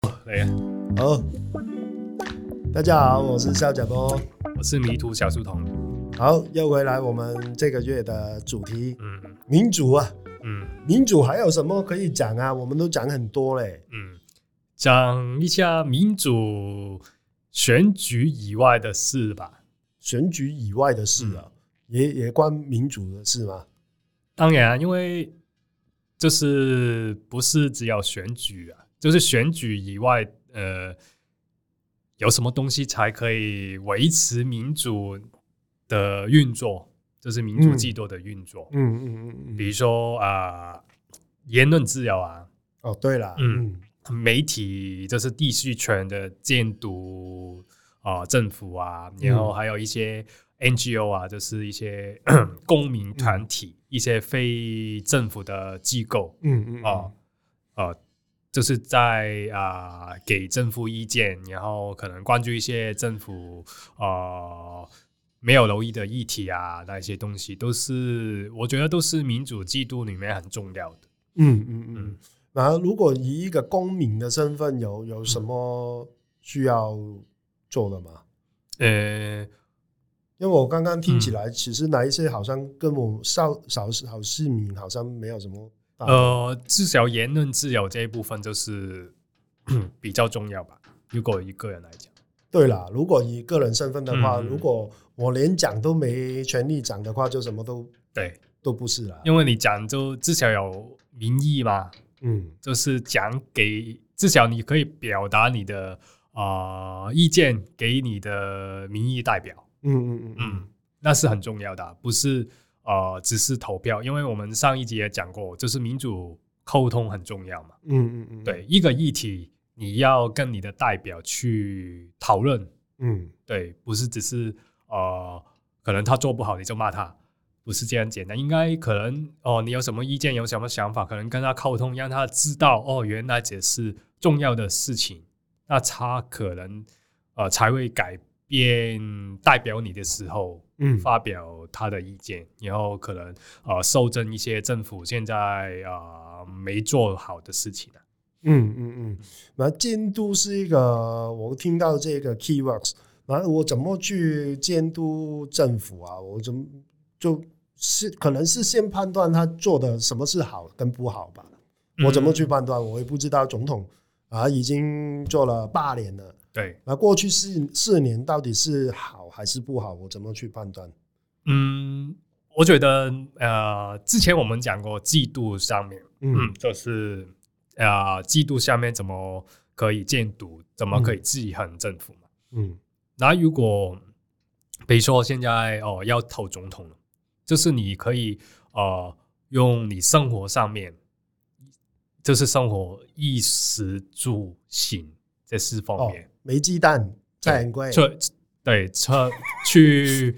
可以了，好，大家好，我是肖甲波。我是迷途小书童。好，又回来我们这个月的主题嗯民主啊，嗯民主还有什么可以讲啊？我们都讲很多嘞。嗯，讲一下民主选举以外的事吧。选举以外的事啊，也也关民主的事吗？当然啊，因为就是不是只有选举啊，就是选举以外，呃，有什么东西才可以维持民主的运作，就是民主嗯制度的运作。嗯嗯嗯比如说啊、言论自由啊，哦，对了，嗯嗯媒体就是地区权的监督啊、呃政府啊，然后还有一些 NGO 啊，就是一些 公民团体、一些非政府的机构嗯嗯啊哦，，呃，就是在啊、给政府意见，然后可能关注一些政府呃没有留意的议题啊，那一些东西都是我觉得都是民主制度里面很重要的。嗯嗯嗯嗯。然后，如果以一个公民的身份有，有什么需要做的吗？呃，因为我刚刚听起来，其实哪一些好像跟我少少少市民好像没有什么大呃，至少言论自由这一部分就是 比较重要吧。如果一个人来讲，对啦，如果以个人身份的话，嗯如果我连讲都没权利讲的话，就什么都对，都不是啦。因为你讲就至少有民意嘛，嗯就是讲给至少你可以表达你的啊、呃意见给你的民意代表，嗯嗯嗯嗯，那是很重要的啊，不是呃只是投票，因为我们上一集也讲过，就是民主沟通很重要嘛。嗯嗯嗯，对，，一个议题你要跟你的代表去讨论。嗯对，不是只是呃，可能他做不好你就骂他，不是这样简单。应该可能哦、你有什么意见，有什么想法，可能跟他沟通，让他知道哦，原来这是重要的事情，那他可能呃才会改变代表你的时候。嗯发表他的意见，然后可能呃受证一些政府现在啊、呃没做好的事情啊。嗯嗯嗯。然后监督是一个，我听到这个 keywords，然后我怎么去监督政府啊？我怎么就是可能是先判断他做的什么是好跟不好吧？我怎么去嗯判断？我也不知道。总统啊，已经做了八年了。对？那过去四四年到底是好还是不好，我怎么去判断？嗯，我觉得呃，之前我们讲过季度上面，嗯嗯，就是呃，季度下面怎么可以监督，怎么可以制衡政府嘛？嗯那如果比如说现在哦要投总统了，就是你可以呃用你生活上面，就是生活衣食住行这四方哦面，，没鸡蛋菜很贵，这对去 去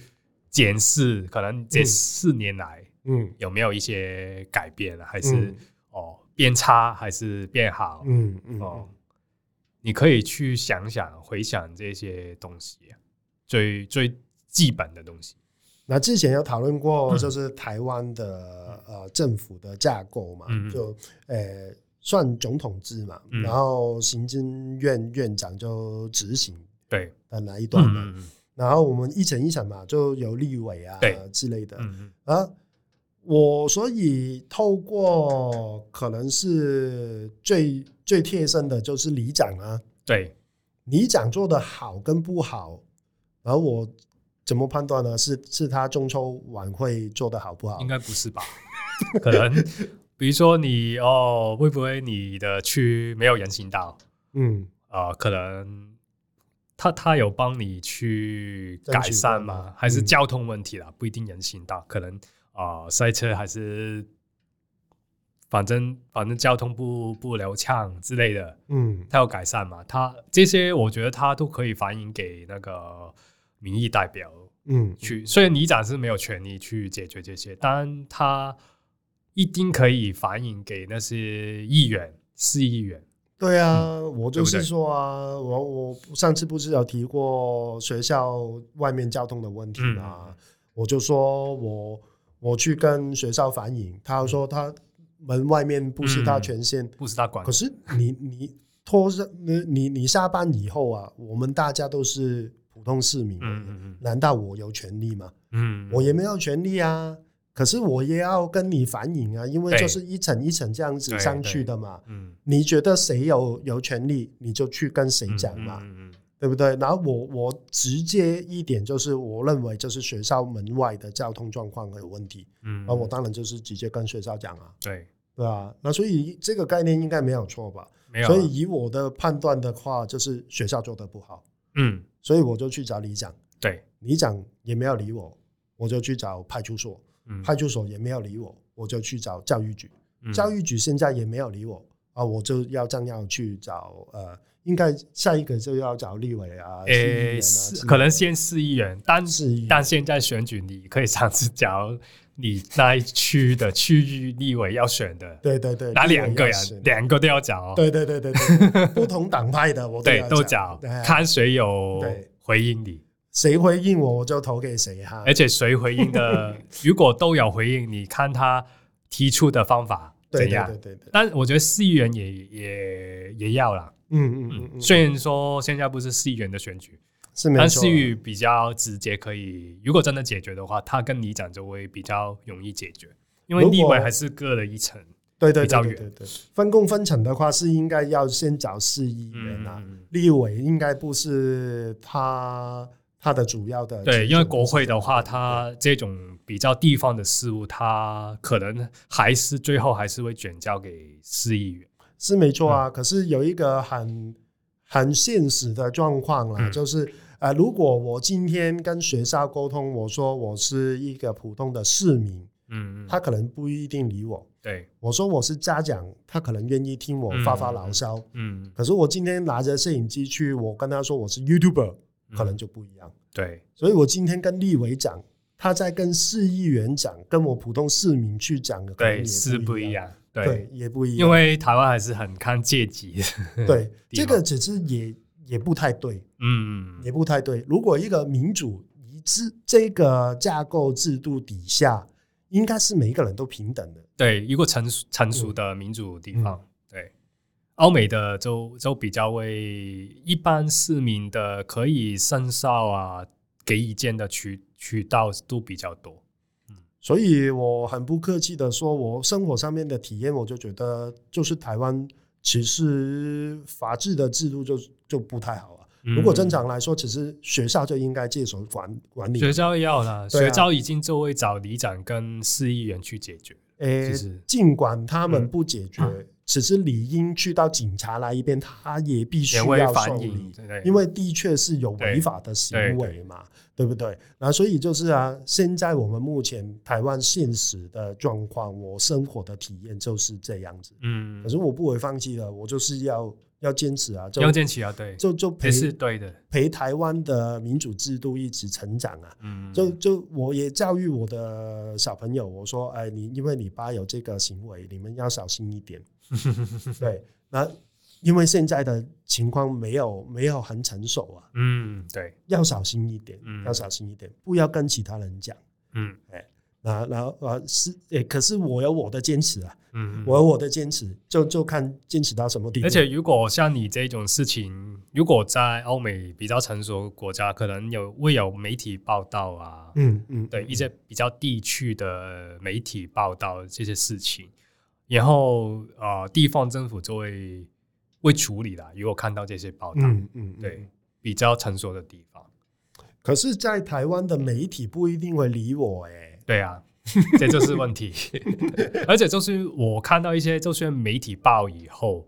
检视，可能这四年来嗯有没有一些改变啊，还嗯是、哦变差还是变好？嗯嗯哦嗯，你可以去想想、回想这些东西啊、最最基本的东西。那之前有讨论嗯过，就是台湾的呃政府的架构嘛嗯嗯，就呃算总统制嘛，嗯然后行政院院长就执行对，的那一段嘛，嗯嗯然后我们一层一层嘛，就有立委啊对之类的，嗯嗯啊，我所以透过可能是最最贴身的就是里长啊，对，里长做的好跟不好，然后我怎么判断呢？是是他中秋晚会做的好不好应？该不是吧？可能 比如说你哦，会不会你的区没有人行道？嗯，呃，可能他他有帮你去争改取善过吗吗？还是嗯交通问题啦？不一定人行道，可能啊、呃塞车还是反正反正交通不不流畅之类的，嗯他有改善嘛？他这些我觉得他都可以反映给那个民意代表嗯，去。虽然里长是没有权利去解决这些，但他一定可以反映给那些议员、市议员。对啊，我就嗯对是不对说啊，我我上次不是有提过学校外面交通的问题嗯嘛？我就说我我去跟学校反嗯映，他说他门外面不是他权限，不是他管可，是你你拖着你你你下班以后啊，我们大家都是普通市民，嗯嗯难道我有权利吗？嗯嗯，我也没有权利啊，可是我也要跟你反映啊，因为对就是一层一层这样子对上对去的嘛。嗯你觉得谁有有权利，你就去跟谁讲嘛，嗯嗯对不对？然后我我直接一点就是，我认为就是学校门外的交通状况有问题，嗯，那、啊我当然就是直接跟学校讲啊，对对啊，那所以这个概念应该没有错吧？没有啊，所以以我的判断的话，就是学校做的不好，嗯所以我就去找里长，对里长也没有理我，我就去找派出所，嗯派出所也没有理我，我就去找教育局，嗯教育局现在也没有理我啊，我就要这样去找呃，应该下一个就要找立委啊，市议诶员啊之类是的可能县市议员，但市议员但现在选举你可以尝试找你那一区的区域立委要选的，对对对，哪立委两个要选人两个都要找哦，对对对对对，不同党派的我都对要都找对啊，看谁有对回应你。谁回应我我就投给谁哈而，且谁回应 的，如果都有回应，你看他提出的方法对怎对样。对对对，但我觉得市议员也也也要啦。嗯嗯嗯嗯，嗯，虽然说现在不是市议员的选举，是没但错市，议比较直接，可以如果真的解决的话，他跟里长就会比较容易解决，因为如立果委还是隔了一层。对对比较对对远对对，分工分层的话是应该要先找市议员啊，嗯，立委应该不是他他的主要的，对，因为国会的话，它这种比较地方的事务，它可能还是最后还是会转交给市议员。是没错嗯啊，可是有一个很很现实的状况啦，嗯就是呃，如果我今天跟学校沟通，我说我是一个普通的市民，嗯，嗯他可能不一定理我；对，我说我是家长，他可能愿意听我发发牢骚。嗯，可是我今天拿着摄影机去，我跟他说我是 YouTuber，嗯可能就不一样。对，所以我今天跟立委讲，他在跟市议员讲，跟我普通市民去讲的，可能也对，是不一，样，对，对，也不一样因。为台湾还是很看阶级的，对，地这方个只是也也不太对，嗯，也不太对。如果一个民主一致这个架构制度底下，应该是每一个人都平等的。对，一个成熟成熟嗯的民主地方，对，欧美的就就比较为一般市民的可以申诉啊，给意见的渠渠道都比较多，所以我很不客气的说，我生活上面的体验，我就觉得就是台湾其实法治的制度就就不太好啊。嗯如果正常来说，其实学校就应该接手管管理。学校要了，对啊学校已经就会找里长跟市议员去解决，诶其实，尽管他们嗯不解决，其实理应去到警察那一边，他也必须也会要受反理映，。对，因为的确是有违法的行为嘛，对不对？然后所以就是啊，现在我们目前台湾现实的状况，我生活的体验就是这样子。嗯可，是我不会放弃的，我就是要要坚持啊，就要建起啊，对，就就陪也是对的，陪台湾的民主制度一直成长啊。嗯，就就我也教育我的小朋友，我说，哎，你因为你爸有这个行为，你们要小心一点。对，那因为现在的情况没有没有很成熟啊，嗯，对，要小心一点，嗯要小心一点，不要跟其他人讲。嗯那然后啊是，诶，可是我有我的坚持啊，嗯，我有我的坚持，就就看坚持到什么地步。而且，如果像你这种事情，如果在欧美比较成熟的国家，可能有会有媒体报道啊，嗯嗯，对一些比较地区的媒体报道这些事情，然后呃，地方政府就会会处理啦。如果看到这些报道，嗯，嗯嗯，对。比较成熟的地方，可是，在台湾的媒体不一定会理我、诶。对 啊，这就是问题。 而且就是我看到一些就算媒体报以后，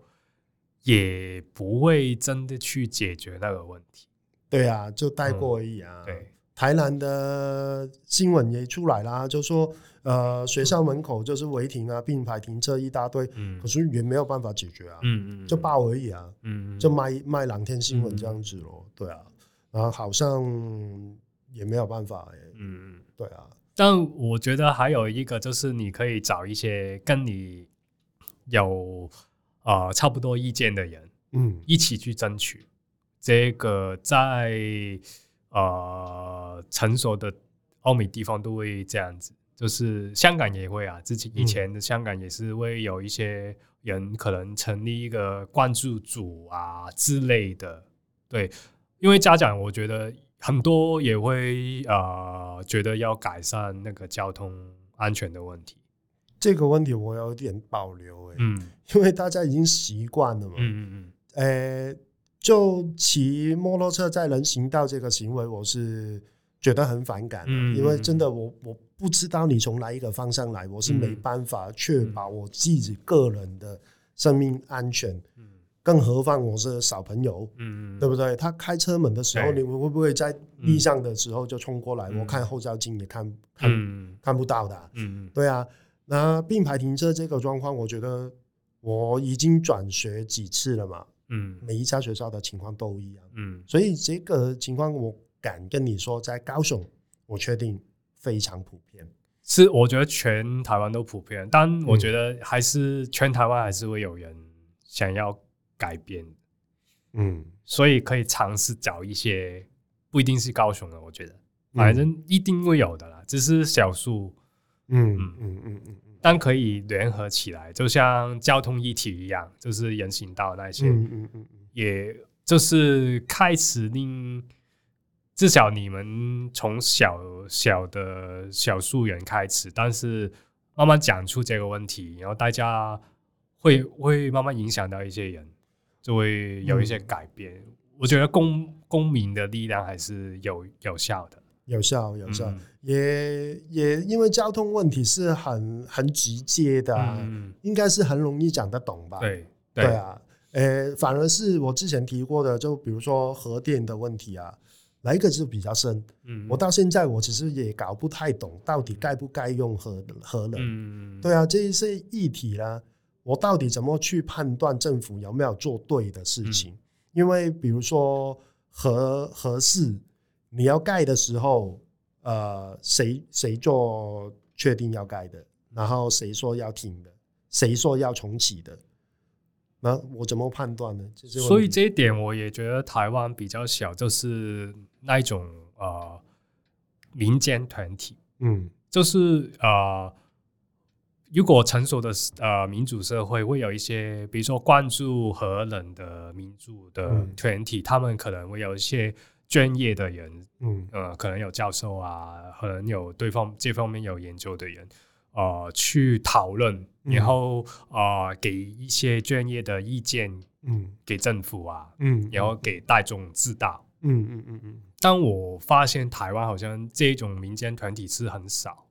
也不会真的去解决那个问题，对啊，就带过而已啊。嗯对。台南的新闻也出来啦，就说呃，学校门口就是违停啊，并排停车一大堆，嗯可是也没有办法解决啊，嗯嗯，就报而已啊，嗯，嗯嗯就卖卖两天新闻这样子咯。对啊，然后好像也没有办法哎、嗯嗯。对啊，但我觉得还有一个就是，你可以找一些跟你有呃差不多意见的人嗯，一起去争取。这个在呃成熟的欧美地方都会这样子，就是香港也会啊，之前以前的香港也是会有一些人可能成立一个关注组啊之类的。对，因为家长我觉得很多也会呃觉得要改善那个交通安全的问题。这个问题我有点保留哎、嗯因为大家已经习惯了嘛。嗯嗯呃，就骑摩托车在人行道这个行为，我是觉得很反感的，啊嗯因为真的我我不知道你从哪一个方向来，我是没嗯办法确保我自己个人的生命安全，嗯更何况我是小朋友。嗯嗯，对不对？他开车门的时候，对你们会不会在地上的时候就冲过来？嗯我看后照镜也看看、嗯看不到的啊、嗯嗯对啊，那并排停车这个状况，我觉得我已经转学几次了嘛，嗯每一家学校的情况都一样，嗯所以这个情况我敢跟你说，在高雄，我确定非常普遍。是我觉得全台湾都普遍，但我觉得还是全台湾还是会有人想要改变，嗯，所以可以尝试找一些不一定是高雄的，我觉得反正一定会有的啦，只是少数。嗯嗯嗯嗯嗯嗯但可以联合起来，就像交通议题一样，就是人行道那些，嗯嗯嗯嗯，也就是开始令至少你们从小小的小数人开始，但是慢慢讲出这个问题，然后大家会会慢慢影响到一些人，就会有一些改变。我觉得公公民的力量还是有有效的，有效有效，嗯也也因为交通问题是很很直接的啊、嗯，应该是很容易讲得懂吧？对对，啊，呃，反而是我之前提过的，就比如说核电的问题啊，哪一个是比较深？嗯，我到现在我其实也搞不太懂，到底该不该用核核能？嗯，对啊，这一些议题啦，我到底怎么去判断政府有没有做对的嗯事情？因为比如说核核试，你要盖的时候，呃，谁谁做确定要盖的，然后谁说要停的，谁说要重启的，那我怎么判断呢？这些问所以题这一点我也觉得台湾比较小，就是那一种呃民间团体，嗯就是呃，如果成熟的呃民主社会会有一些，比如说关注核能的民主的嗯团体，他们可能会有一些专业的人，嗯呃，可能有教授啊，可能有对方这方面有研究的人，呃，去讨论，嗯然后呃，给一些专业的意见嗯给政府啊，嗯然后给大众知道。嗯嗯嗯嗯但我发现台湾好像这种民间团体是很少，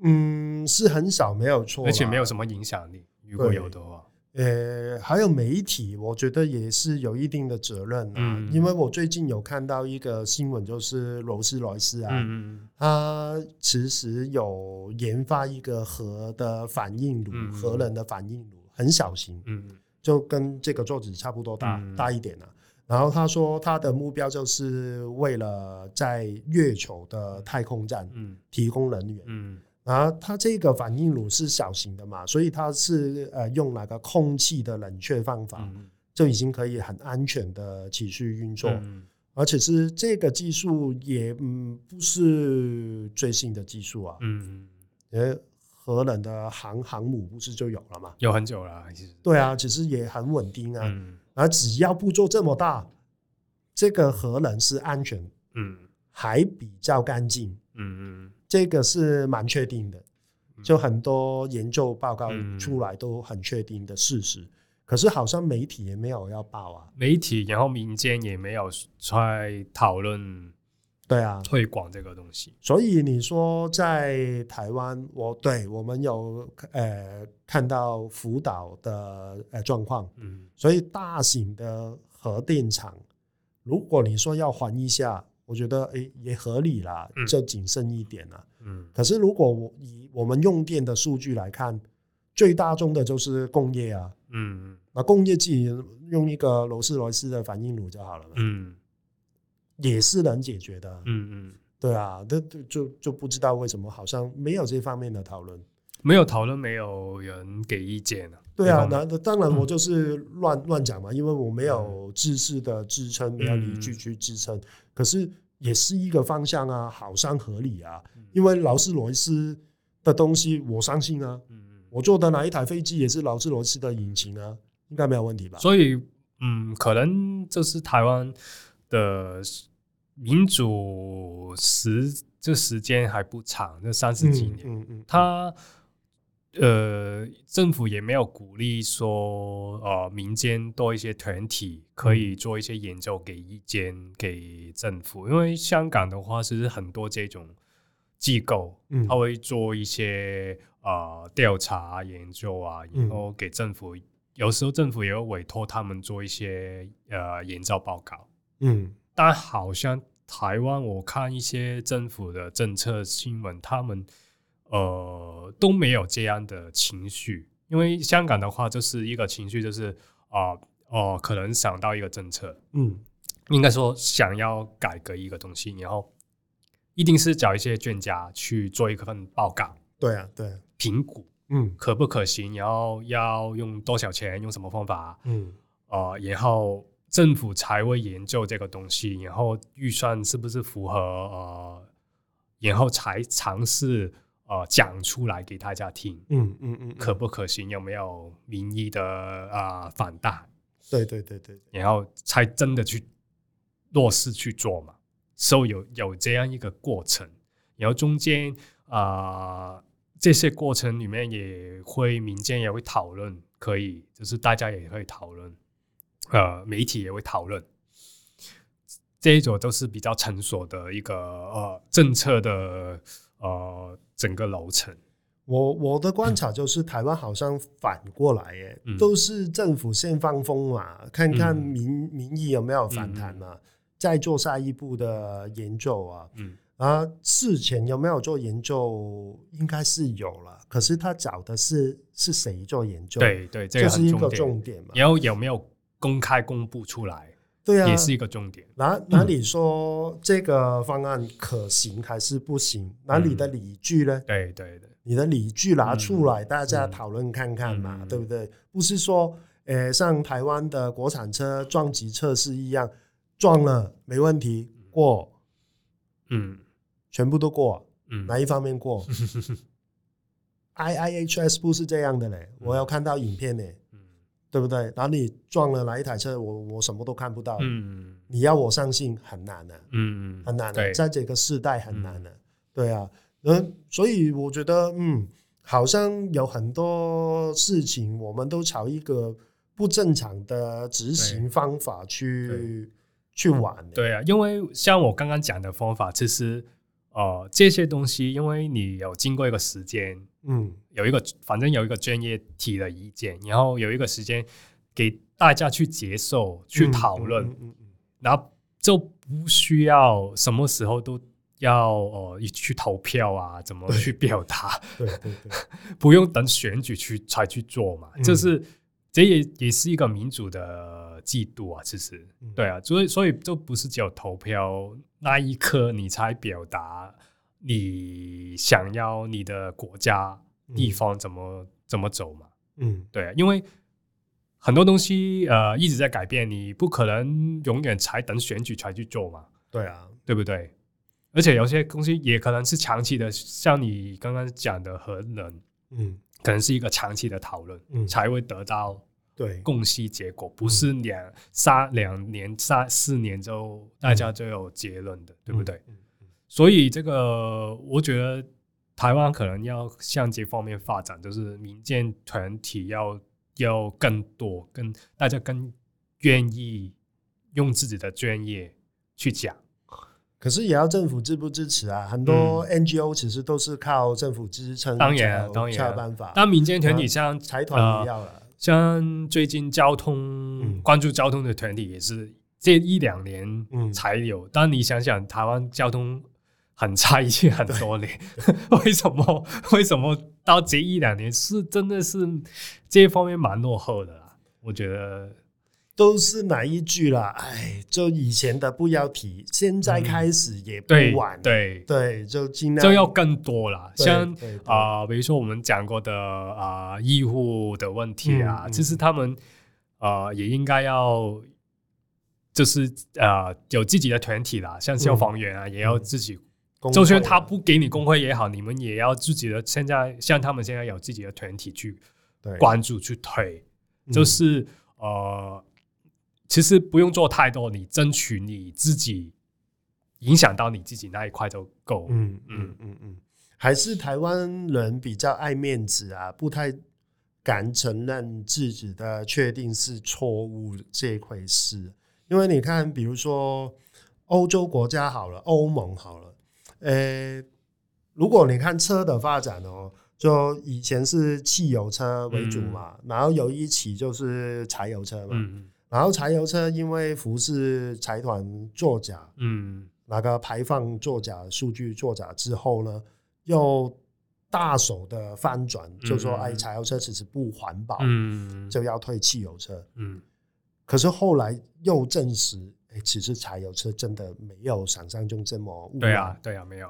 嗯，是很少没有错啦，而且没有什么影响力。如果有的话，呃，还有媒体，我觉得也是有一定的责任啊。嗯因为我最近有看到一个新闻，就是劳斯莱斯啊，嗯它其实有研发一个核的反应炉，嗯核能的反应炉，很小型，嗯就跟这个桌子差不多大、嗯大一点啊。然后他说，他的目标就是为了在月球的太空站嗯提供能源。嗯啊，它这个反应炉是小型的嘛，所以它是呃用那个空气的冷却方法，嗯，就已经可以很安全的持续运作，嗯而且是这个技术也嗯不是最新的技术啊，嗯，因为荷兰的航航母不是就有了嘛？有很久了，其实对啊，其实也很稳定啊，嗯而只要步骤这么大，这个核能是安全，嗯还比较干净，嗯这个是蛮确定的，嗯就很多研究报告嗯出来都很确定的事实。可是好像媒体也没有要报啊，媒体然后民间也没有在讨论对啊，推广这个东西。所以你说在台湾，我对我们有呃看到福岛的呃状况，嗯所以大型的核电厂，如果你说要还一下，我觉得诶也合理啦嗯，就谨慎一点啊啦。嗯可是如果我以我们用电的数据来看，最大宗的就是工业啊，嗯那工业自己用一个劳斯莱斯的反应炉就好了嘛，嗯也是能解决的。嗯嗯，对啊，那就就就不知道为什么好像没有这方面的讨论。没有讨论，没有人给意见呢。对啊，这方那那当然我就是乱乱讲嘛，因为我没有知识的支撑，没有理据去支撑。可是也是一个方向啊，好像合理啊，因为劳斯莱斯的东西我相信啊，嗯嗯。我坐的哪一台飞机也是劳斯莱斯的引擎啊，应该没有问题吧？所以，嗯，可能这是台湾的民主时这时间还不长，这三十几年，嗯嗯嗯，他呃，政府也没有鼓励说，呃，民间多一些团体可嗯以做一些研究，给意见给政府。因为香港的话，其实很多这种机构，嗯他会做一些呃调查研究啊，然嗯后给政府，有时候政府也会委托他们做一些呃研究报告。嗯但好像台湾，我看一些政府的政策新闻，他们呃都没有这样的情绪。因为香港的话，就是一个情绪，就是啊哦、呃可能想到一个政策，嗯应该说想要改革一个东西，然后一定是找一些专家去做一份报告对啊对啊，评估嗯可不可行，然后要用多少钱，用什么方法，嗯呃，然后政府才会研究这个东西，然后预算是不是符合呃，然后才尝试呃讲出来给大家听，嗯嗯嗯，可不可行，有没有民意的啊、呃反弹，对对对对，然后才真的去落实去做嘛，所、以有有这样一个过程，然后中间啊、呃这些过程里面也会民间也会讨论，可以就是大家也会讨论，呃，媒体也会讨论，这一种都是比较成熟的一个呃政策的呃整个流程，我我的观察就是，台湾好像反过来耶，嗯都是政府先放风嘛，看嗯看民、民意有没有反弹嘛，再做下一步的研究啊。嗯啊，事前有没有做研究，应该是有了，可是他找的是是谁做研究？，对对，这这个是很一个重重点，点嘛。然后有没有公开公布出来，对啊，也是一个嗯重点。哪哪里说这个方案可行还是不行？嗯哪里的理据呢？对对对，你的理据拿出来，大家嗯讨论看看嘛，嗯对不对？不是说，呃，像台湾的国产车撞击测试一样，撞了没问题，过，嗯全部都过，嗯，哪一方 面过？IIHS 不是这样的嘞，我有看到影片嘞，嗯对不对？哪里撞了哪一台车，我我什么都看不到，嗯你要我相信很难的、啊嗯，很难的、对，在这个世代很难的、对啊，嗯，所以我觉得，嗯，好像有很多事情我们都朝一个不正常的执行方法去去玩，，欸对啊，因为像我刚刚讲的方法，其实呃这些东西，因为你有经过一个时间，嗯有一个反正有一个专业提的意见，然后有一个时间给大家去接受、去讨论，嗯嗯嗯然后就不需要什么时候都要呃一去投票啊，怎么去表达，嗯对对对，不用等选举去才去做嘛，嗯就是这也也是一个民主的制度啊，其实嗯对啊，所以所以就不是只有投票那一刻你才表达你想要你的国家地方怎么、怎么走嘛，嗯对、啊，因为很多东西呃一直在改变，你不可能永远才等选举才去做嘛，对啊，对不对？而且有些东西也可能是长期的，像你刚刚讲的核能。嗯可能是一个长期的讨论，嗯才会得到对，共识结果，不是两三两年、三四年之后大家就有结论的，对不对？嗯？嗯所以这个我觉得台湾可能要向这方面发展，就是民间团体要要更多，跟大家更愿意用自己的专业去讲，可是也要政府支不支持啊？很多 NGO 其实都是靠政府支撑，嗯当然啊才有当然啊才有办法，但民间团体像财团也要了，像最近交通、嗯关注交通的团体也是这一两年嗯才有，但你想想，台湾交通很差已经很多年， 为什么为什么到这一两年是真的是这方面蛮落后的啦？我觉得都是哪一句啦？哎，就以前的不要提，现在开始也嗯不对晚，对，对，就尽量就要更多啦，对像对对啊、比如说我们讲过的啊、医护的问题啊，嗯嗯其实他们啊也应该要嗯就是啊有自己的团体啦，像消防员啊、也要自己工就算会他啊不给你工会也好，你们也要自己的现在像他们现在有自己的团体去对关注去推，嗯就是、呃，其实不用做太多，你争取你自己影响到你自己那一块就够。嗯嗯嗯嗯嗯，还是台湾人比较爱面子啊，不太敢承认自己的确定是错误这一回事。因为你看，比如说欧洲国家好了，欧盟好了，呃，如果你看车的发展哦，就以前是汽油车为主嘛，然后有一起就是柴油车嘛，嗯然后柴油车因为福士财团作假，嗯那个排放作假、数据作假之后呢，又大手的翻转，就说嗯哎，柴油车其实不环保，嗯就要退汽油车。嗯可是后来又证实，哎，其实柴油车真的没有想象中这么污染。对啊，对啊，没有，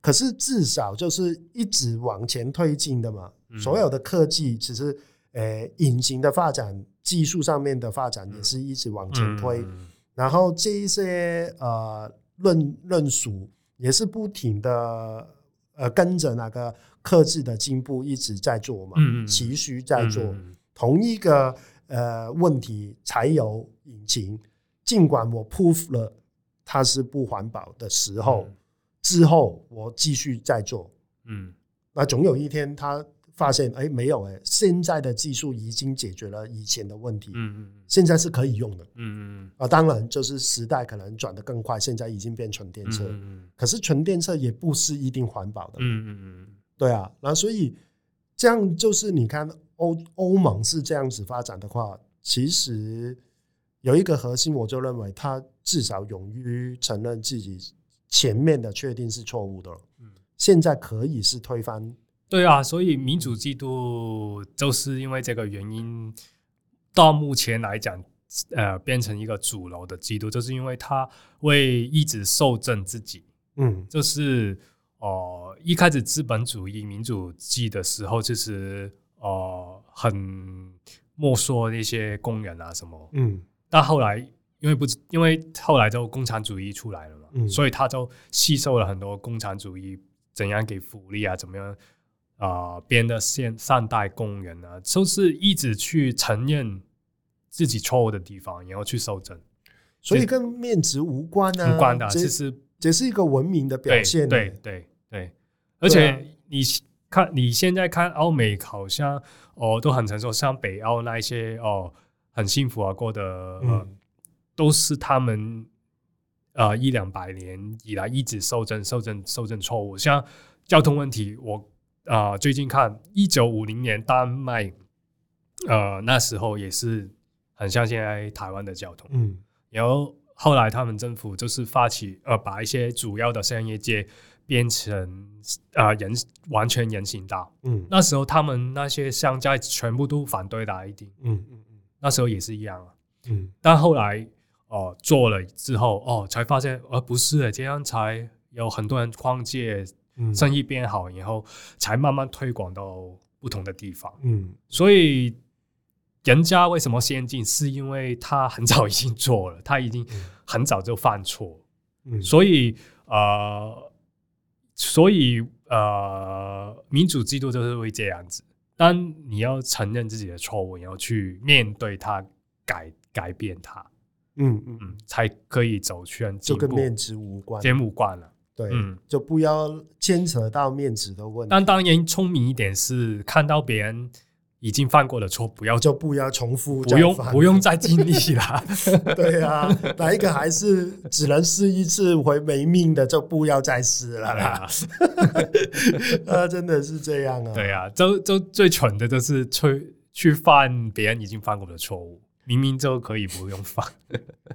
可是至少就是一直往前推进的嘛。嗯所有的科技其实，呃，引擎的发展、技术上面的发展也是一直往前推。嗯然后这一些呃论论述也是不停的呃跟着那个科技的进步一直在做嘛，嗯嗯嗯持续在做、嗯同一个呃问题，柴油引擎，尽管我 proof 了它是不环保的时候，之后我继续在做，嗯那总有一天他发现哎没有哎，现在的技术已经解决了以前的问题，嗯嗯现在是可以用的。嗯嗯啊，当然就是时代可能转得更快，现在已经变纯电嗯车，嗯可是纯电车也不是一定环保的，嗯嗯对啊，那所以这样就是你看欧欧盟是这样子发展的话，其实有一个核心，我就认为它至少勇于承认自己前面的确定是错误的了，嗯现在可以是推翻，对啊，所以民主制度就是因为这个原因，到目前来讲，呃，变成一个主流的制度，就是因为它会一直受证自己，嗯就是哦、呃一开始资本主义民主制的时候，其实哦、呃很没收那些工人啊什么，嗯但后来因为不知，因为后来就共产主义出来了嘛，嗯所以他就吸收了很多共产主义怎样给福利啊，怎么样啊、呃编的现善待工人啊，就是一直去承认自己错误的地方，然后去修正，所以跟面子无关啊，无关的，这其实这是一个文明的表对现、欸啊对对对，而且你看你现在看欧美好像哦都很成熟，像北欧那一些哦很幸福啊，过得、呃嗯都是他们呃一两百年以来一直受证受证受证错误，像交通问题，我啊、呃最近看一九五零年丹麦呃那时候也是很像现在台湾的交通。嗯然后后来他们政府就是发起呃，把一些主要的商业街变成呃人完全人行道。嗯那时候他们那些商家全部都反对的，一定嗯嗯嗯那时候也是一样啊。嗯。但后来哦、呃做了之后哦，才发现呃不是的，这样才有很多人逛街，嗯生意变好，然后才慢慢推广到不同的地方。嗯所以人家为什么先进，是因为他很早已经做了，他已经很早就犯错，嗯所以呃，所以呃，民主制度就是会这样子。当你要承认自己的错误，然后去面对它，改改变它，嗯嗯嗯，嗯，才可以走向就进跟步。面子无关，节目惯了，对，嗯就不要牵扯到面子的问题，但当然聪明一点是看到别人已经犯过的错，不要就不要重复不再用犯，不用再经历啦。对啊，来一个还是只能试一次，回没命的就不要再试了对啦，啊， 啊，真的是这样啊，对啊，就就最蠢的就是去去犯别人已经犯过的错误，明明就可以不用犯。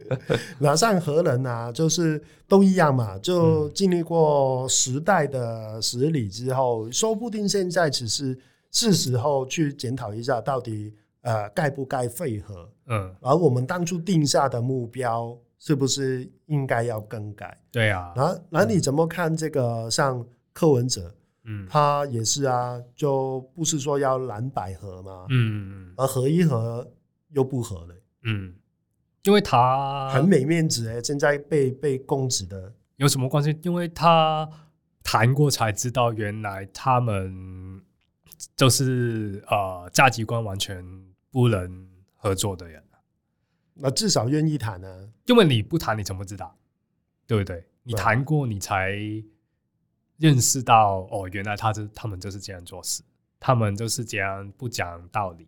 那像何人啊，就是都一样嘛，嗯就经历过时代的洗礼之后，说不定现在只是是时候去检讨一下，到底呃该不该废核。嗯，而我们当初定下的目标是不是应该要更改？对啊，然后，然后你怎么看这个？像柯文哲，嗯他也是啊，就不是说要蓝百合嘛，嗯而合一合又不合了，嗯，因为他很没面子哎、现在被被公职的有什么关系？因为他谈过才知道，原来他们就是呃价值观完全不能合作的人。那至少愿意谈啊。因为你不谈，你怎么知道？对不对？你对啊谈过，你才认识到哦，原来他这他们就是这样做事，他们就是这样不讲道理。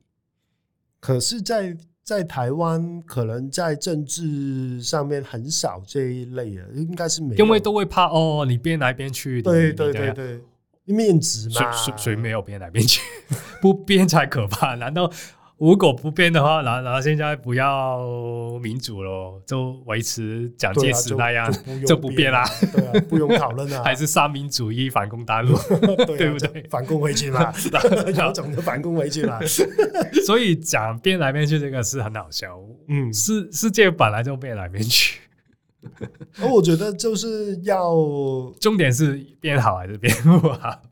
可是在，在台湾，可能在政治上面很少这一类的，应该是没有，因为都啊会怕哦，你变来变去，你对你对这对样对，面子谁嘛，谁谁没有变来变去？ 不变才可怕。难道如果不变的话，然然后现在不要民主咯，就维持蒋对介啊石就那样，就用就不变啦啊，对啊，不用讨论 啊，还是三民主义反攻大陆？ 对啊对不就对反攻回 去嘛， 有种就反攻回去嘛，所以讲变来变去这个是很好笑，嗯，世世界本来就变来变去，而我觉得就是要，重点是变好还是变不好？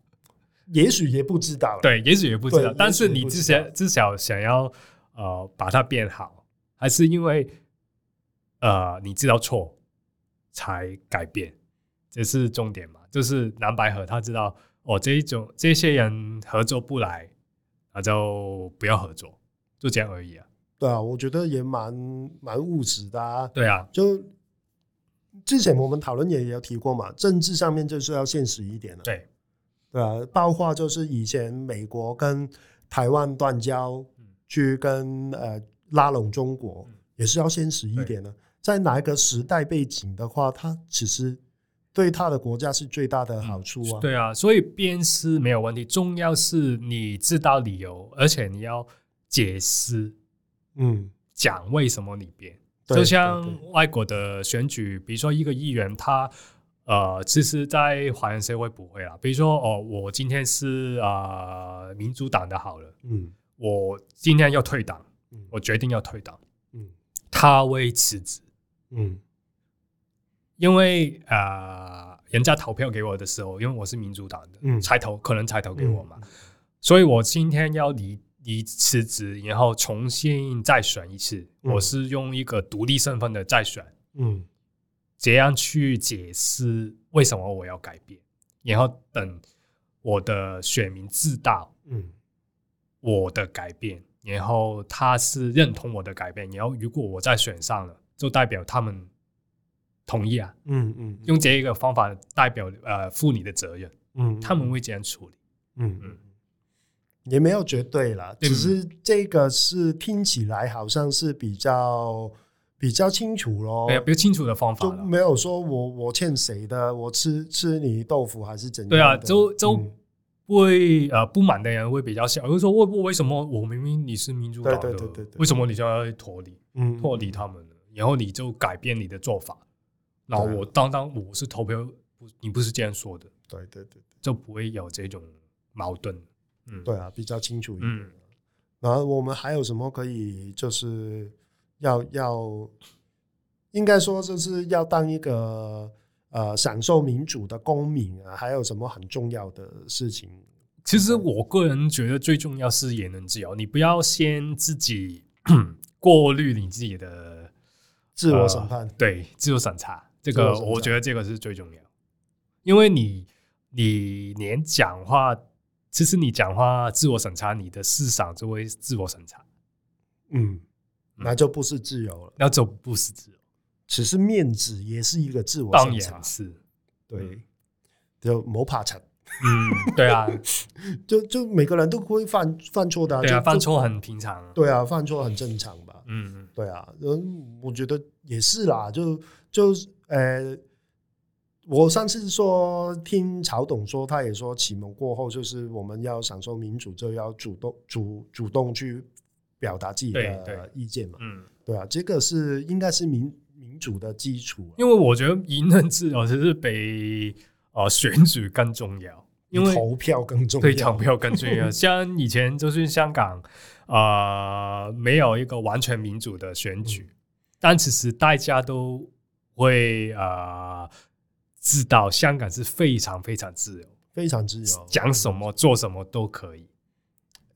也许也不知道啦，对，也许也不知对道也，但是许你不至知少道至少想要呃把它变好，还是因为呃你知道错才改变，这是重点嘛？就是蓝白河他知道哦这一种这些人合作不来，那就不要合作，就这样而已啊。对啊，我觉得也蛮蛮务实的啊，对啊，就之前我们讨论也有提过嘛，政治上面就是要现实一点了、啊对，对啊，包括就是以前美国跟台湾断交嗯，去跟呃拉拢中国，嗯也是要现实一点的。在哪一个时代背景的话，它其实对他的国家是最大的好处啊。对啊，所以鞭尸没有问题，重要是你知道理由，而且你要解释嗯，讲为什么你变。对就对像对外国的选举，比如说一个议员他。呃，其实，在华人社会不会啦。比如说，哦，我今天是啊、呃民主党的好了，嗯我今天要退党嗯，我决定要退党，嗯他会辞职，嗯因为啊、呃人家投票给我的时候，因为我是民主党的，嗯才投可能才投给我嘛，所以我今天要离离辞职，然后重新再选一次，嗯我是用一个独立身份的再选，嗯这样去解释为什么我要改变，然后等我的选民知道嗯我的改变，然后他是认同我的改变，然后如果我再选上了，就代表他们同意啊，嗯嗯用这一个方法代表呃负你的责任，嗯他们会这样处理。嗯嗯嗯也没有绝对啦，对只是这个是听起来好像是比较比较清楚咯没。有比较清楚的方法哦就了。没有说我我欠谁的，我吃吃你豆腐还是怎样的？对啊，就就嗯会、呃不满的人会比较小，就是说为为什么我明明你是民主党的，对对对对对为什么你就要脱离嗯脱离他们呢？然后你就改变你的做法，那对啊我当当我是投票，不你不是这样说的，对对对就不会有这种矛盾。嗯，对啊，比较清楚一点。嗯，然后我们还有什么可以就是要要，应该说就是要当一个呃享受民主的公民啊，还有什么很重要的事情？其实我个人觉得最重要是言论自由，你不要先自己 过滤你自己的自我审判呃，对，自我审查，这自我个审查我觉得这个是最重要，因为你你连讲话，其实你讲话自我审查，你的思想就会自我审查，嗯，那就不是自由了，那就不是自由，只是面子也是一个自我当审查然。啊嗯是，对，就谋怕惨。嗯，对 啊，就就每个人都会犯犯错的、对啊，就犯就错很平常，对啊，犯错很正常吧？嗯，对啊，嗯，我觉得也是啦，就就呃，我上次说听曹董说，他也说启蒙过后，就是我们要享受民主，就要主动主主动去表达自己对对的意见嘛嗯，嗯，对啊，这个是应该是民民主的基础啊、因为我觉得言论自哦由其实比呃选举更重要，因为比投票更重对要投。票更重要。啊像以前就是香港，呃，没有一个完全民主的选举，但其实大家都会呃知道，香港是非常非常自由，非常自由，讲什么做什么都可以。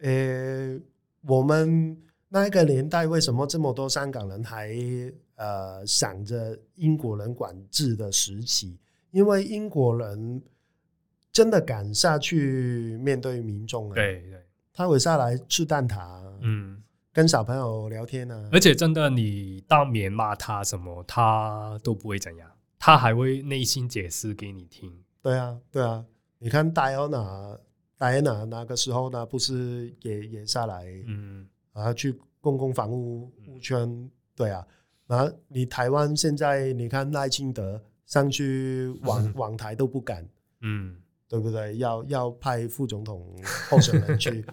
呃，我们那一个年代为什么这么多香港人还呃想着英国人管制的时期？因为英国人真的敢下去面对民众啊，对对，他会下来吃蛋挞啊、嗯，跟小朋友聊天啊，而且真的你当面骂他什么，他都不会怎样，他还会内心解释给你听。对啊，对啊，你看戴安娜，戴安娜那个时候呢，不是也也下来，嗯，然后去公共房屋嗯屋圈，对啊，然后你台湾现在你看赖清德上去网网台都不敢，嗯，对不对？要要派副总统候选 人去，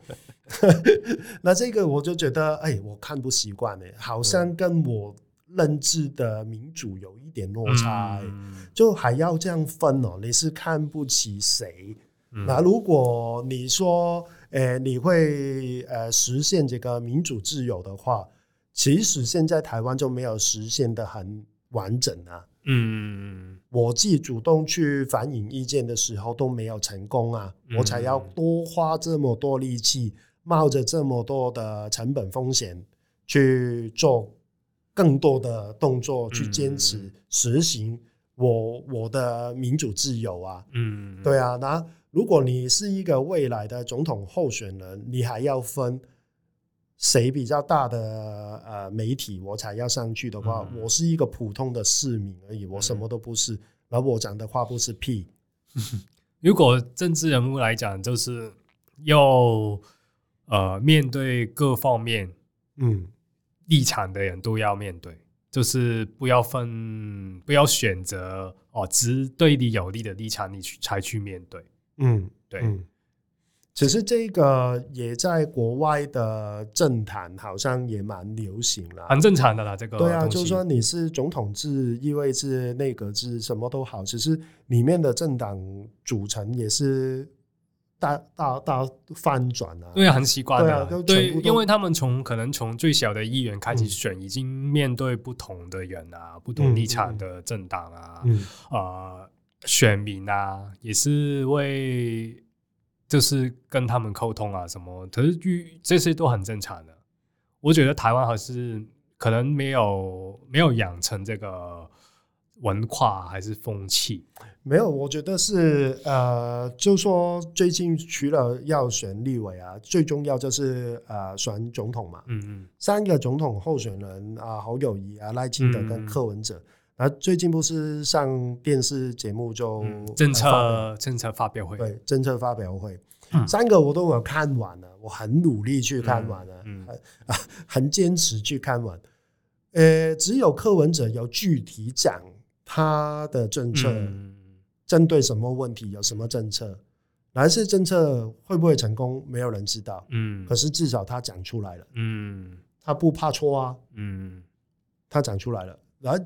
那这个我就觉得，哎，我看不习惯哎，好像跟我认知的民主有一点落差哎。嗯就还要这样分哦，你是看不起谁？嗯那如果你说，呃，你会呃实现这个民主自由的话，其实现在台湾就没有实现的很完整啊。嗯我自己主动去反映意见的时候都没有成功啊，嗯我才要多花这么多力气，冒着这么多的成本风险去做更多的动作，去坚持嗯实行我我的民主自由啊。嗯，对啊，那如果你是一个未来的总统候选人，你还要分谁比较大的呃媒体，我才要上去的话，嗯我是一个普通的市民而已，我什么都不是，然后我讲的话不是屁，如果政治人物来讲，就是要呃面对各方面嗯，立场的人都要面对，就是不要分，不要选择哦，只对你有利的立场你去才去面对。嗯，对，嗯，只是这个也在国外的政坛好像也蛮流行啦。很正常的啦，这个对啊，东就是西说你是总统制、意味制、内阁制，什么都好，只是里面的政党组成也是大大大翻转啊。对啊，很习惯的啦对啊都对全部，都因为他们从可能从最小的议员开始嗯选，已经面对不同的人啊，不同立场的政党啊，嗯呃，选民啊，也是为就是跟他们沟通啊什么，可是遇这些都很正常的。我觉得台湾还是可能没有没有养成这个文化还是风气，没有，我觉得是呃，就说最近除了要选立委啊，最重要就是呃选总统嘛。嗯嗯三个总统候选人啊，侯友谊啊、赖清德跟嗯柯文哲，然后最近不是上电视节目就、嗯，政呃策政策发表会，对政策发表会，嗯三个我都有看完了，我很努力去看完了，嗯很 很坚持去看完。呃，只有柯文哲有具体讲他的政策嗯针对什么问题，有什么政策，蓝色政策会不会成功，没有人知道。嗯可是至少他讲出来了，嗯他不怕错啊，嗯他讲出来了，然后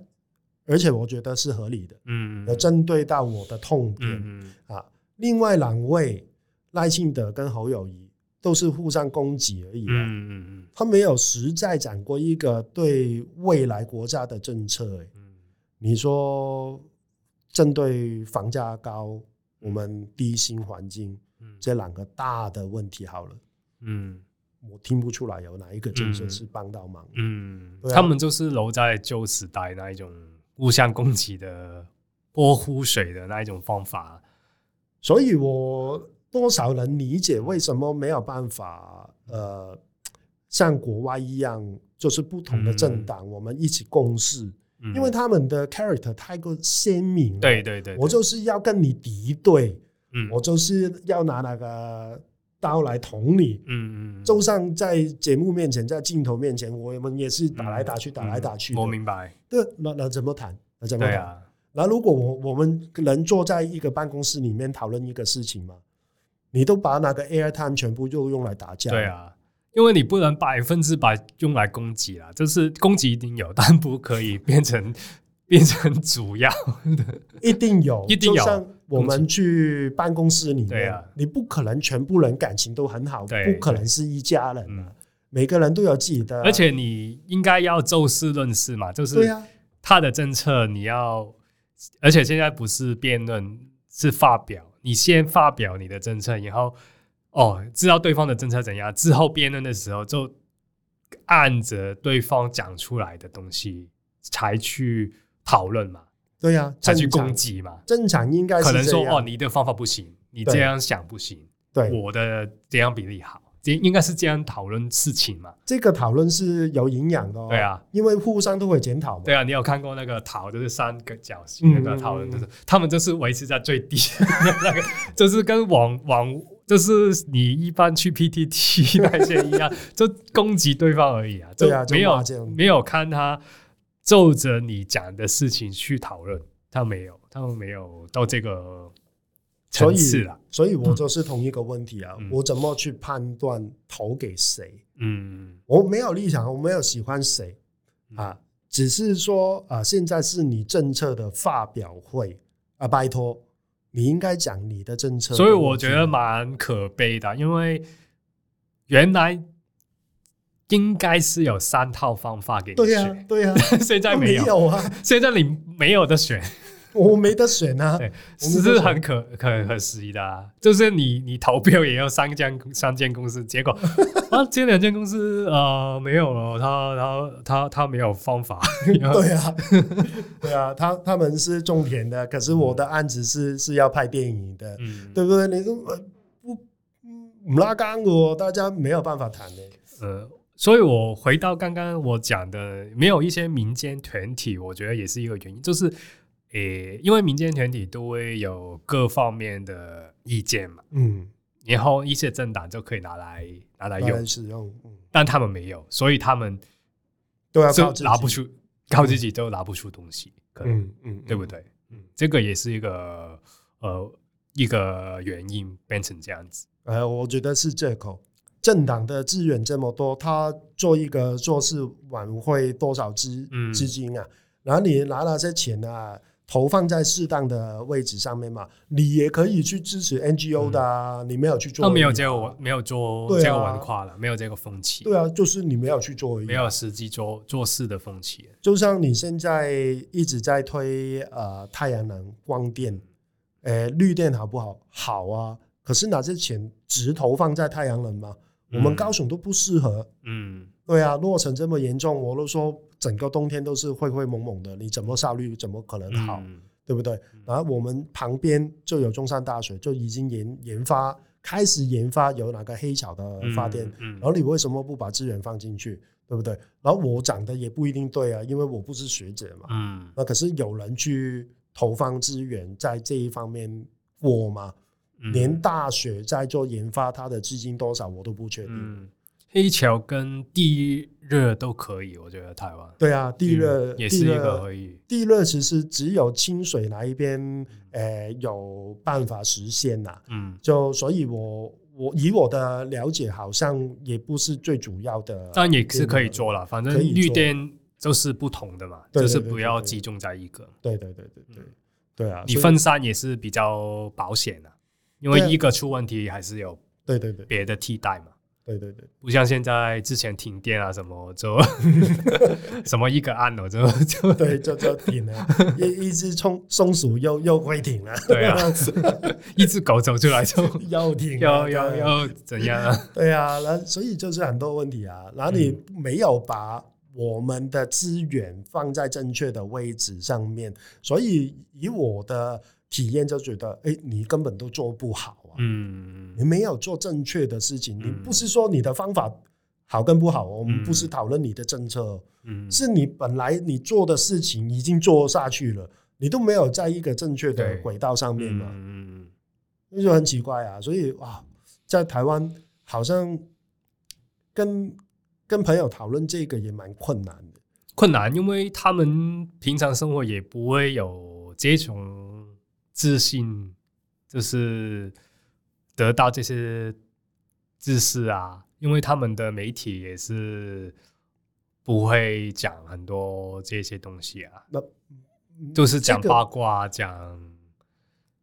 而且我觉得是合理的，嗯，有针对到我的痛点。嗯嗯啊，另外两位赖幸德跟侯友谊都是互相攻击而已、啊，嗯嗯他没有实在讲过一个对未来国家的政策、欸。嗯你说针对房价高、我们低薪环境嗯这两个大的问题，好了，嗯我听不出来有哪一个政策嗯是帮到忙的。嗯，对啊他们就是留在旧时代那一种互相攻击的泼污水的那一种方法。所以我多少能理解为什么没有办法，呃，像国外一样，就是不同的政党、我们一起共事，嗯因为他们的 character 太过鲜明了。对对对，我对就是要跟你敌对，嗯我就是要拿那个刀来捅你。嗯嗯，就像在节目面前，在镜头面前，我们也是打来打去，嗯打来打去嗯的。我明白，对，那那怎么谈？那怎么对谈？啊，那如果我我们能坐在一个办公室里面讨论一个事情嘛，你都把那个 airtime 全部就用来打架，对，啊。因为你不能百分之百用来攻击啦，就是攻击一定有，但不可以变成变成主要的。一定 有，一定有就像我们去办公室里面，对啊你不可能全部人感情都很好，对不可能是一家人啊，嗯，每个人都有自己的，而且你应该要就事论事嘛，就是嗯对啊，他的政策你要，而且现在不是辩论，是发表。你先发表你的政策，然后哦，知道对方的政策怎样，之后哦辩论的时候就按着对方讲出来的东西才去讨论嘛。对呀、才 正去攻常击嘛。正常应该是可能说这样哦，你的方法不行，你对这样想不行，对我的这样比例好，这应该是这样讨论事情嘛。这个讨论是有营养的、哦，对啊，因为互相都会检讨嘛，对啊，你有看过那个讨就是三个角形那嗯嗯个讨论，嗯就是他们就是维持在最低的那个，就是跟网网就是你一般去 PTT 那些一样，就攻击对方而已啊，对啊，就没有骂这样，没有看他就着你讲的事情去讨论，他没有，他们没有到这个所层以次啊了。所以我就是同一个问题啊，嗯我怎么去判断投给谁？嗯我没有立场，我没有喜欢谁啊，只是说啊，现在是你政策的发表会啊，拜托，你应该讲你的政策。所以我觉得蛮可悲的，啊因为原来应该是有三套方法给你对啊呀、选，对呀、 现在都没没有，有啊，现在你没有的选，我没得选啊。对，我们是都是选很可可可惜的、啊。就是你你投票也要三间三间公司， 结果啊，这两间公司呃没有了，他他他他没有方 法，然后对 啊，对啊，他他们是种田的，可是我的案子是是要拍电影的，嗯对不对？你说呃不嗯不拉杆的哦，大家没有办法谈的。呃，所以我回到刚刚我讲的，没有一些民间团体，我觉得也是一个原因，就是诶、因为民间团体都会有各方面的意见嘛，嗯，然后一些政党就可以拿来拿来来用，使用，嗯，但他们没有，所以他们都要靠就自己拿不，出，靠自己都拿不出东西，可能、嗯嗯，对不嗯？对？嗯这个也是一个呃一个原因变成这样子。呃，我觉得是借口。政党的资源这么多，他做一个做事晚会多少资嗯资金啊？然后你拿那些钱啊，投放在适当的位置上面嘛，你也可以去支持 NGO 的啊，你没有去做而已啊，那嗯没有这个文，没有做对啊这个文化了，没有这个风气，对啊，就是你没有去做而已啊，没有实际做做事的风气。就像你现在一直在推呃太阳能、光电，呃绿电好不好？好啊，可是哪些钱直投放在太阳能吗？我们嗯高雄都不适合。嗯，对啊，落成这么严重，我都说整个冬天都是灰灰蒙蒙的，你怎么效率怎么可能好？嗯对不对？然后我们旁边就有中山大学，就已经研研发开始研发有哪个黑巧的发电，，嗯然后你为什么不把资源放进去，对不对？然后我讲的也不一定对啊，因为我不是学者嘛。嗯那可是有人去投放资源在这一方面过吗？嗯连大学在做研发，它的资金多少我都不确定。嗯黑桥跟地热都可以，我觉得台湾嗯对啊，地热也是一地个热可以。地热其实只有清水那一边，呃，有办法实现呐、嗯，就所以我，我以我的了解，好像也不是最主要的。但也是可以做了，反正可以绿做电就是不同的嘛，对就对是对不对要对集中在一个。对对对对对对啊！你所以分散也是比较保险的、因为对啊一个出问题还是有对对对别的替代嘛，对对对不像现在之前停电啊什么 就什么一个按钮就就对，就就停了，一一只松松鼠又又会停了，对啊，一只狗走出来就 又停要了，要对要怎样 啊？对啊，然后所以就是很多问题啊，然后你嗯没有把我们的资源放在正确的位置上面，所以以我的体验就觉得，哎，你根本都做不好啊，嗯你没有做正确的事情，你嗯不是说你的方法好跟不好哦，我们嗯不是讨论你的政策哦，嗯，是你本来你做的事情已经做下去了，你都没有在一个正确的对轨道上面嘛，嗯那就很奇怪啊。所以哇，在台湾好像跟跟朋友讨论这个也蛮困难的。困难，因为他们平常生活也不会有这种自信，就是得到这些知识啊，因为他们的媒体也是不会讲很多这些东西啊，那就是讲这个八卦、讲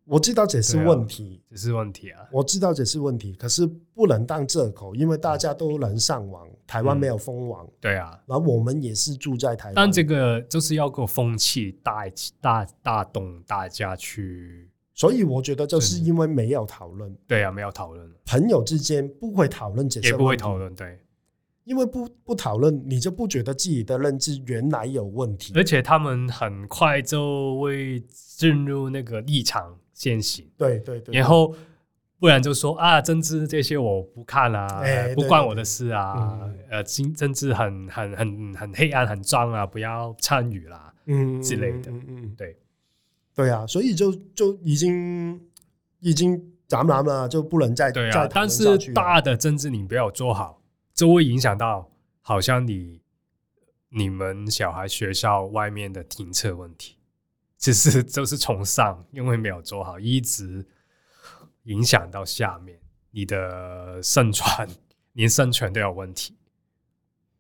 我知道这是对啊问题，这些问题啊，我知道这是问题，可是不能当借口，因为大家都能上网，台湾嗯没有封网，对啊。然后我们也是住在台湾，但这个就是要个风气带起大大动大家去，所以我觉得就是是因为没有讨论，对啊，没有讨论，朋友之间不会讨论这些，也不会讨，论，对，因为不不讨论，你就不觉得自己的认知原来有问题。而且他们很快就会进入那个立场先行，对对对，然后不然就说啊，政治这些我不看啊，哎不对关对我的对事啊，嗯呃，政政治很很很很黑暗很脏啊，不要参与啦。嗯之类的嗯嗯嗯对对啊，所以就就已经已经咱们了，就不能再对啊，再讨论但下是去了大的政治你不要做好，就会影响到好像你你们小孩学校外面的停车问题，其实就是从上因为没有做好，一直影响到下面，你的生存连生存都有问题。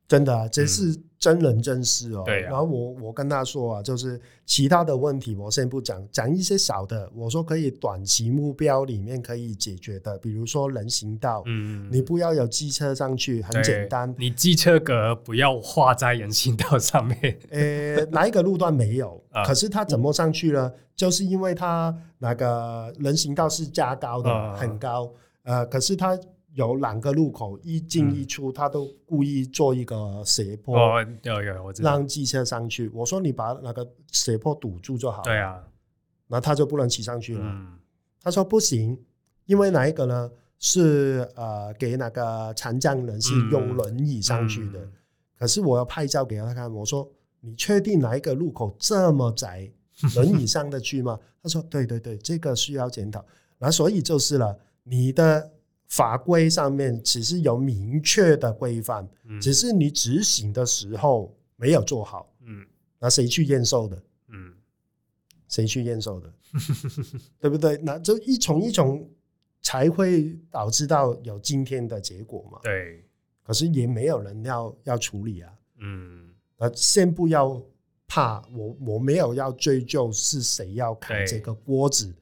真的、啊，这是真人真事哦。嗯对啊然后我我跟他说啊，就是其他的问题我先不讲，讲一些小的。我说可以短期目标里面可以解决的，比如说人行道，嗯，哦你不要有机车上去，很对简单。你机车格不要画在人行道上 面。呃，哪一个路段没有？ 啊可是它怎么上去呢？就是因为它那个人行道是加高的，啊很高。呃，可是它有两个路口，一进一出，它都故意做一个斜坡，嗯哦，有有，我知道。让机车上去。我说你把那个斜坡堵住就好。对，啊，那他就不能骑上去了。嗯，他说不行，因为哪一个呢？是呃，给那个残障人士嗯用轮椅上去的。嗯可是我要拍照给他看，我说你确定哪一个路口这么 窄，轮椅上得去吗？他说对对对，这个需要检讨。那所以就是了，你的法规上面其实有明确的规范，嗯只是你执行的时候没有做好。嗯那谁去验收的？嗯，谁去验收的？ 对不对？那就一重一重才会导致到有今天的结果嘛。对，可是也没有人要要处理啊。嗯。呃，先不要怕，我我没有要追究是谁要对扛这个锅子，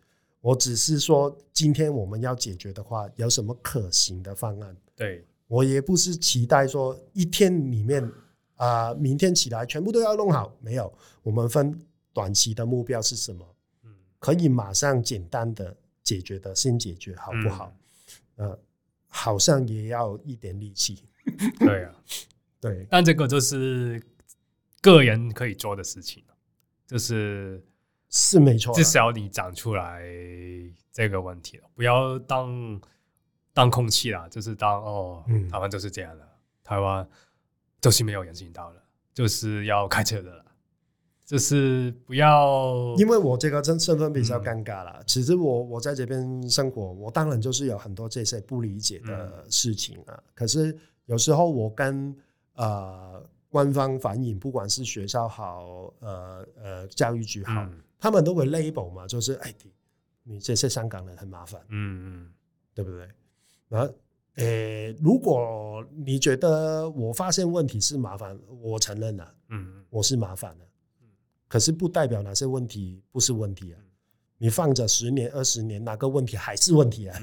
我只是说今天我们要解决的话，有什么可行的方案？对，我也不是期待说一天里面啊、明天起来全部都要弄好，没有，我们分短期的目标是什么，嗯，可以马上简单的解决的先解决，好不好？嗯呃，好像也要一点力气，对啊。对，但这个就是个人可以做的事情，就是是没错啊，至少你长出来这个问题了，不要当当空气啦，就是当哦，嗯台湾就是这样了，台湾就是没有人行道了，就是要开车的了，就是不要因为我这个身身份比较尴尬啦，嗯其实我我在这边生活，我当然就是有很多这些不理解的事情嗯啊。可是有时候我跟呃官方反映，不管是学校好，呃呃教育局好，嗯他们都会 label 嘛，就是哎你你这些香港人很麻烦，嗯对不对？然后。呃，如果你觉得我发现问题是麻烦，我承认了、嗯嗯我是麻烦的，可是不代表哪些问题不是问题啊嗯。你放着十年、二十年，哪个问题还是问题啊？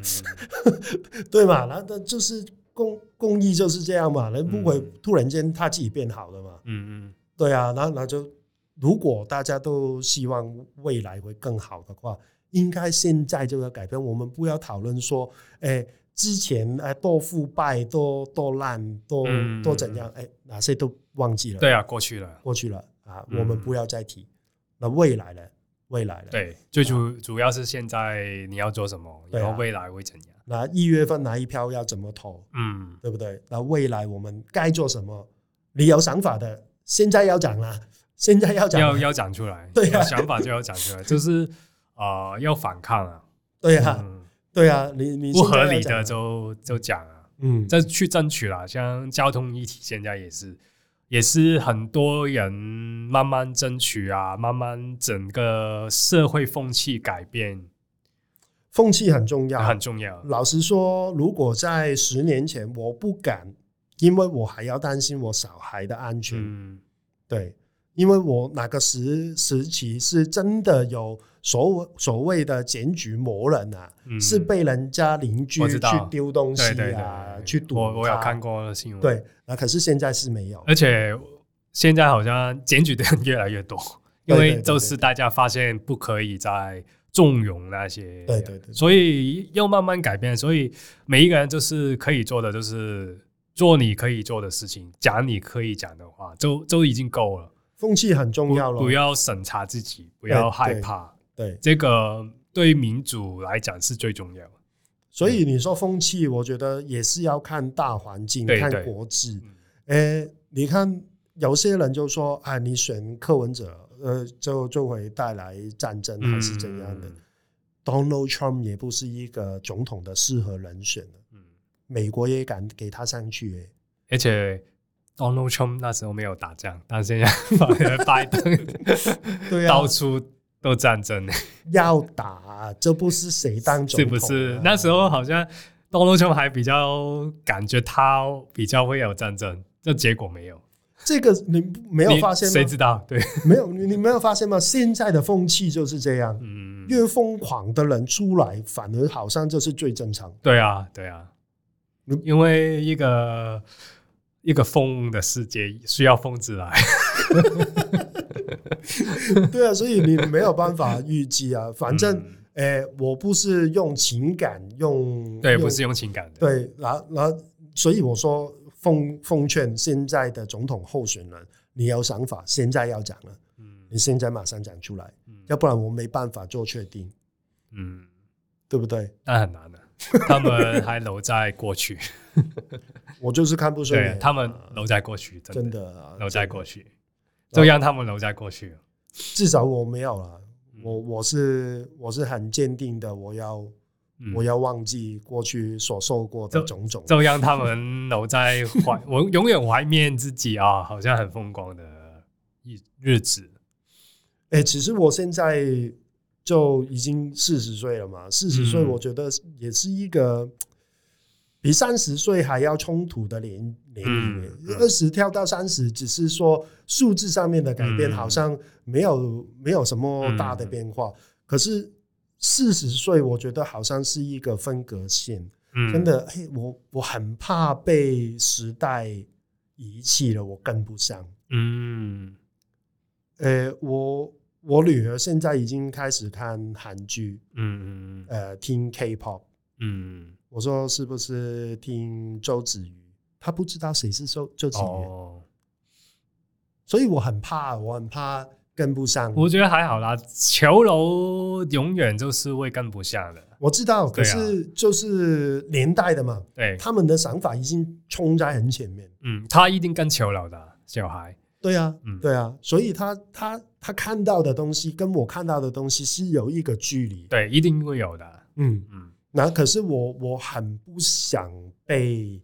嗯，对嘛？那那就是公公益就是这样嘛，人不会嗯突然间他自己变好的嘛。嗯嗯对啊，那那就如果大家都希望未来会更好的话，应该现在就要改变。我们不要讨论说，哎，之前哎多腐败、多多烂、多嗯多怎样，哎，哪些都忘记了。对啊，过去了，过去了啊，嗯我们不要再提。那未来呢？未来呢？，对，最主主要是现在你要做什么，啊对啊然后未来会怎样，那一月份拿一票要怎么投，嗯。对不对？那未来我们该做什么？你有想法的，现在要讲了，现在要讲要了，要讲出来，对啊有想法就要讲 出来，就是呃要反抗啊，对啊，嗯，对啊，你你不合理现在要的讲就了，就讲啊，嗯，再去争取啦。像交通议题现在也是，也是很多人慢慢争取啊，慢慢整个社会风气改变风气很重要。很重要。老实说，如果在十年前，我不敢，因为我还要担心我小孩的安全。嗯对，因为我哪个时时期是真的有所所谓的检举魔人啊，嗯，是被人家邻居我知去道丢东西对对啊，对，去堵我我有他看。过哎新闻，，对，那可是现在是没有。而且现在好像检举的人越来越多，因 对对为就是大家发现不可以再纵容那些，对对对所以要慢慢改变。所以每一个人就是可以做的就是做你可以做的事情，讲你可以讲的话，就就已经够了。风气很重不要了。不要审查自己，不要害怕，对，这个对民主来讲是最重要的。所嗯以你说风气，我觉得也是要看大环境，对看对国际。嗯诶，你看有些人就说啊，你选柯文哲，呃，就就会带来战争还是怎样的。嗯 Donald Trump 也不是一个总统的适合人选的嗯美国也敢给他上去、欸诶而且 Donald Trump 那时候没有打仗，但现在 反而拜登对啊到，处都战争，要打啊、这不是谁当总是统、啊不是？那时候候好像 Donald Trump 还比较感觉他比较会有战争，这结果没有，这个你没有你发现谁吗？知道？对，没有，你你没有发现吗？现在的风气就是这样，嗯，越疯狂的人出来，反而好像这是最正常的。对啊，对啊嗯，因为一个一个疯的世界需要疯子来。 对啊，所以你没有办法预计啊。反正，嗯诶、我不是用情感，用对，用不是用情感的。对，然后然后，所以我说奉奉劝现在的总统候选人，你有想法，现在要讲了，嗯你现在马上讲出来，嗯要不然我没办法做确定，嗯，对不对？那很难的。他们还留在过 去，我就是看不顺眼对啊，他们留在过去，真真的的啊留在过真的去，就让他们留在过去。至少我没有了。嗯我我是我是很坚定的，我要嗯我要忘记过去所受过的这种种。就让他们留在怀， 我永远怀念自己啊，好像很风光的日日子。哎、其实我现在就已经四十岁了嘛，四十岁嗯我觉得也是一个比三十岁还要冲突的年年龄嗯嗯。二十、跳到三十，只是说数字上面的改变嗯好像没有、没有什么大的变化，可是四十岁我觉得好像是一个分隔线。嗯，真，的，嘿，我我很怕被时代遗弃了，我跟不上。嗯呃，我我女儿现在已经开始看韩剧，嗯嗯呃，听 K-pop。嗯，我说是不是听周子瑜？她不知道谁是周周子瑜，哦。所以我很怕，我很怕跟不上。我我觉得还好啦，球楼永远就是会跟不上的。我知道，可对啊是就是年代的嘛，对，他们的想法已经冲在很前面。嗯，他一定跟球楼的啊小孩，对啊，嗯对啊，所以他他他看到的东西跟我看到的东西是有一个距离。对，一定会有的。嗯，嗯那可是我我很不想被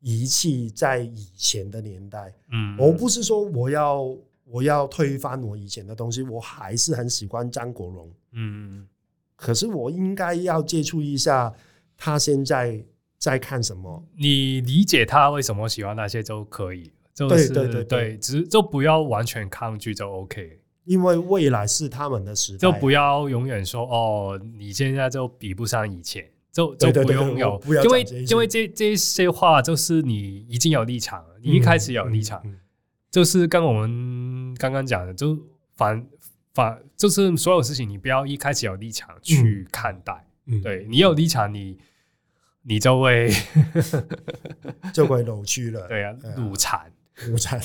遗弃在以前的年代。嗯，我不是说我要我要推翻我以前的东西，我还是很喜欢张国荣，嗯，可是我应该要接触一下他现在在看什么。你理解他为什么喜欢那些就可以，就对是对哎对对只就不要完全抗拒就 OK，因为未来是他们的时代，就不要永远说哦，你现在就比不上以前，就就对对不对用有我，不要因为讲这一句因为这这些话就是你已经有立场了，你一开始有立场，嗯嗯嗯嗯就是跟我们刚刚讲的，就反反就是所有事情，你不要一开始有立场去看待。嗯对你有立场你，你就会就会扭曲了。 对啊对啊入禅。无产，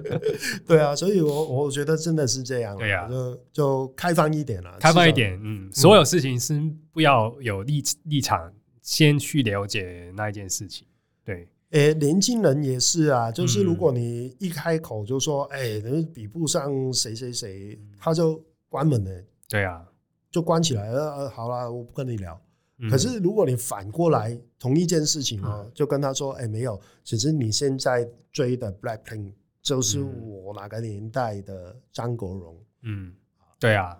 对啊，所以我我觉得真的是这样啦，对啊就就开放一点了，啊开放一至点，嗯，所有事情是不要有立立场，先去了解那一件事情。对，少。诶，年轻人也是啊，就是嗯如果你一开口就说，哎、你比不上谁谁谁，他就关门了，对啊。就关起来了。呃，好啦，我不跟你聊。嗯可是如果你反过来同一件事情哦，就跟他说，哎、没有，只是你现在追的 Blackpink 就是嗯我哪个年代的张国荣。嗯，对啊，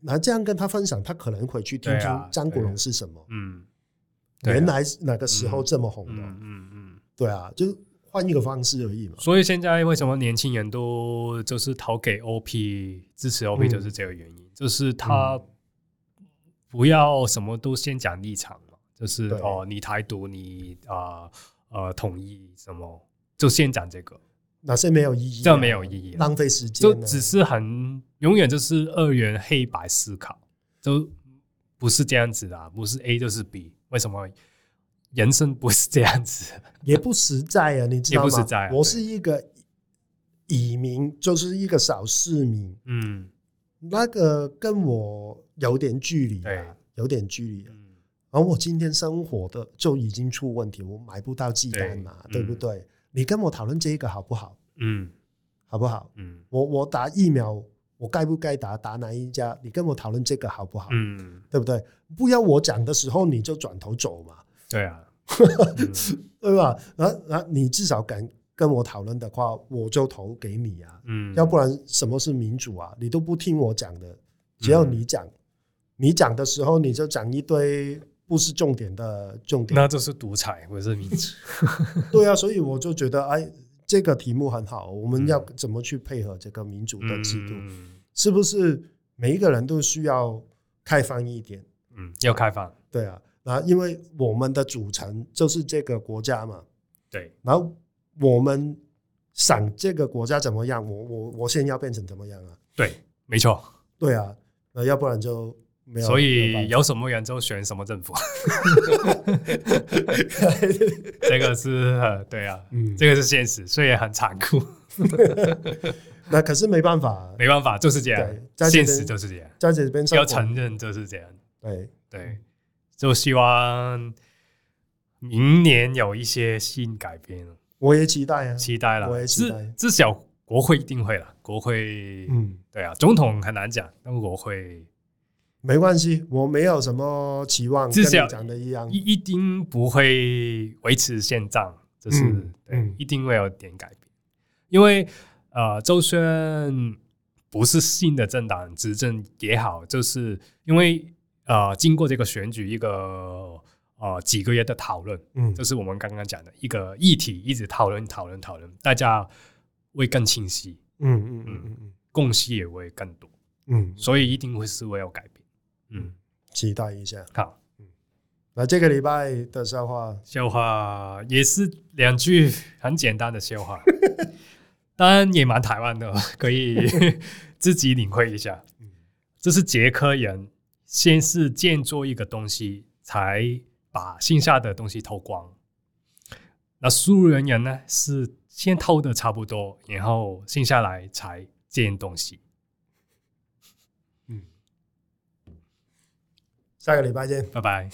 那这样跟他分享，他可能会去听对啊听张国对啊荣是什么。嗯，对啊原来是哪个时候这么红嗯的？嗯嗯。对啊，就换一个方式而已嘛。所以现在为什么年轻人都就是投给 OP 支持 OP 嗯就是这个原因，就是他不要什么都先讲立场嘛，就是对哦你台独你啊呃统一什么，就先讲这个，哪些没有意义、啊？这没有意义了，浪费时间、就啊。只是很永远就是二元黑白思考，就不是这样子的啊、不是 A 就是 B，为什么人生不是这样子，也不实在啊，你知道吗？也不实在啊我对是一个移民，就是一个小市民，嗯那个跟我有点距离、对啊，有点距离、啊。嗯而我今天生活的就已经出问题，我买不到鸡蛋嘛，对对不嗯对？你跟我讨论这个好不好？嗯好不好？嗯我我打疫苗，我该不该打？打哪一家？你跟我讨论这个好不好？嗯，对不对？不要我讲的时候你就转头走嘛，对 啊，嗯对吧？然后然后你至少敢跟我讨论的话，我就投给你啊。嗯，要不然什么是民主啊？你都不听我讲的，只要你讲，你讲的时候你就讲一堆不是重点的重点。那就是独裁或者是民主，对啊，所以我就觉得，哎，这个题目很好，我嗯们要怎么去配合这个民主的制度？嗯是不是每一个人都需要开放一点？嗯，要开放，对啊，然后因为我们的组成就是这个国家嘛，对，然后我们想这个国家怎么样，我我我现在要变成怎么样啊？对，没错。对啊，那要不然就没有。所没以有有什么人就选什么政府， 办法这个是呃对啊，嗯，这个是现实，所以很残酷，那可是没办法，没办法，就是这样对，在这现边实就是这样，在这边生要活，嗯承认就是这样。对，对，就希望明年有一些新改变了，我也期待啊，期待了。我也期待至至少国会一定会了，国会、嗯，对啊，总统很难讲，但国会没关系，我没有什么期望，跟至你少讲的一样，一一定不会维持现状，就是、嗯对，嗯一定会有点改变，因为呃，就算不是新的政党执政也好，就是因为呃，经过这个选举一个呃几个月的讨论。嗯就是我们刚刚讲的一个议题，一直讨论、讨论、讨论，大家会更清晰，嗯嗯嗯嗯共识也会更多，嗯，所以一定会是会有改变。嗯，期待一下。好，那这个礼拜的笑话，笑话也是两句很简单的笑 话，当然也蛮台湾的，可 以自己领会一下。这是捷克人先是建做一个东西，才把剩下的东西偷光。那苏人人呢，是先偷的差不多，然后剩下来才建东西。下个礼拜见。拜拜。